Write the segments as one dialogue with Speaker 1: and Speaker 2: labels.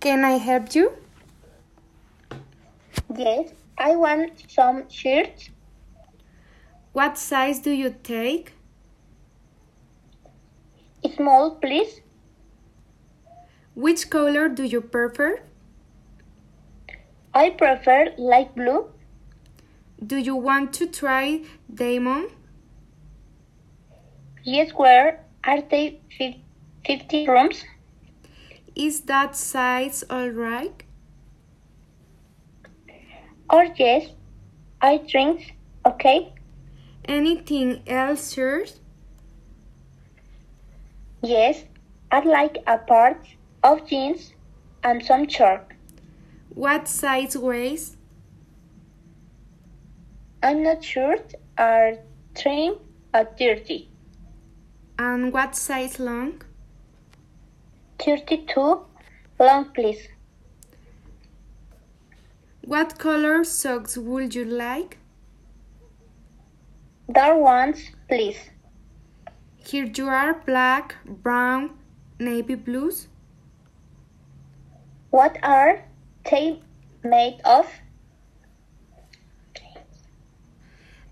Speaker 1: can I help you?
Speaker 2: Yes, I want some shirts,
Speaker 1: What size do you take?
Speaker 2: small please,
Speaker 1: Which color do you prefer?
Speaker 2: I prefer light blue,
Speaker 1: Do you want to try Damon?
Speaker 2: yes where are they fif- 50 rooms?
Speaker 1: Is that size alright?
Speaker 2: Or yes, I drinks, okay,
Speaker 1: Anything else, sir?
Speaker 2: yes, I'd like a part of jeans and some chalk.
Speaker 1: What size waist?
Speaker 2: I'm not sure are trim or dirty.
Speaker 1: And what size long?
Speaker 2: 32 long please.
Speaker 1: What color socks would you like?
Speaker 2: Dark ones please.
Speaker 1: Here you are black, brown, navy blues.
Speaker 2: What are they made of?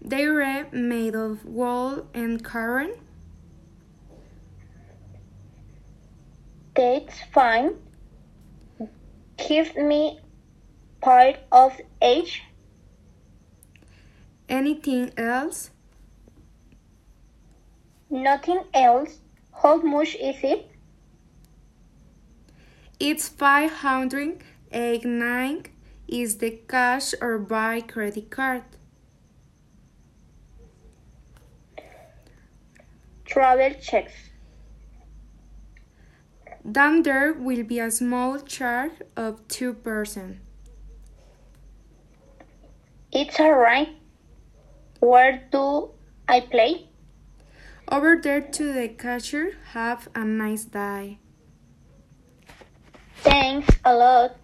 Speaker 1: They're made of wool and cotton.
Speaker 2: That's fine. Give me part of each.
Speaker 1: Anything else?
Speaker 2: Nothing else. How much is it?
Speaker 1: It's 589 is the cash or by credit card.
Speaker 2: Travel checks.
Speaker 1: Down there will be a small charge of 2%.
Speaker 2: It's alright. Where do I play?
Speaker 1: Over there to the cashier, have a nice day.
Speaker 2: Thanks a lot.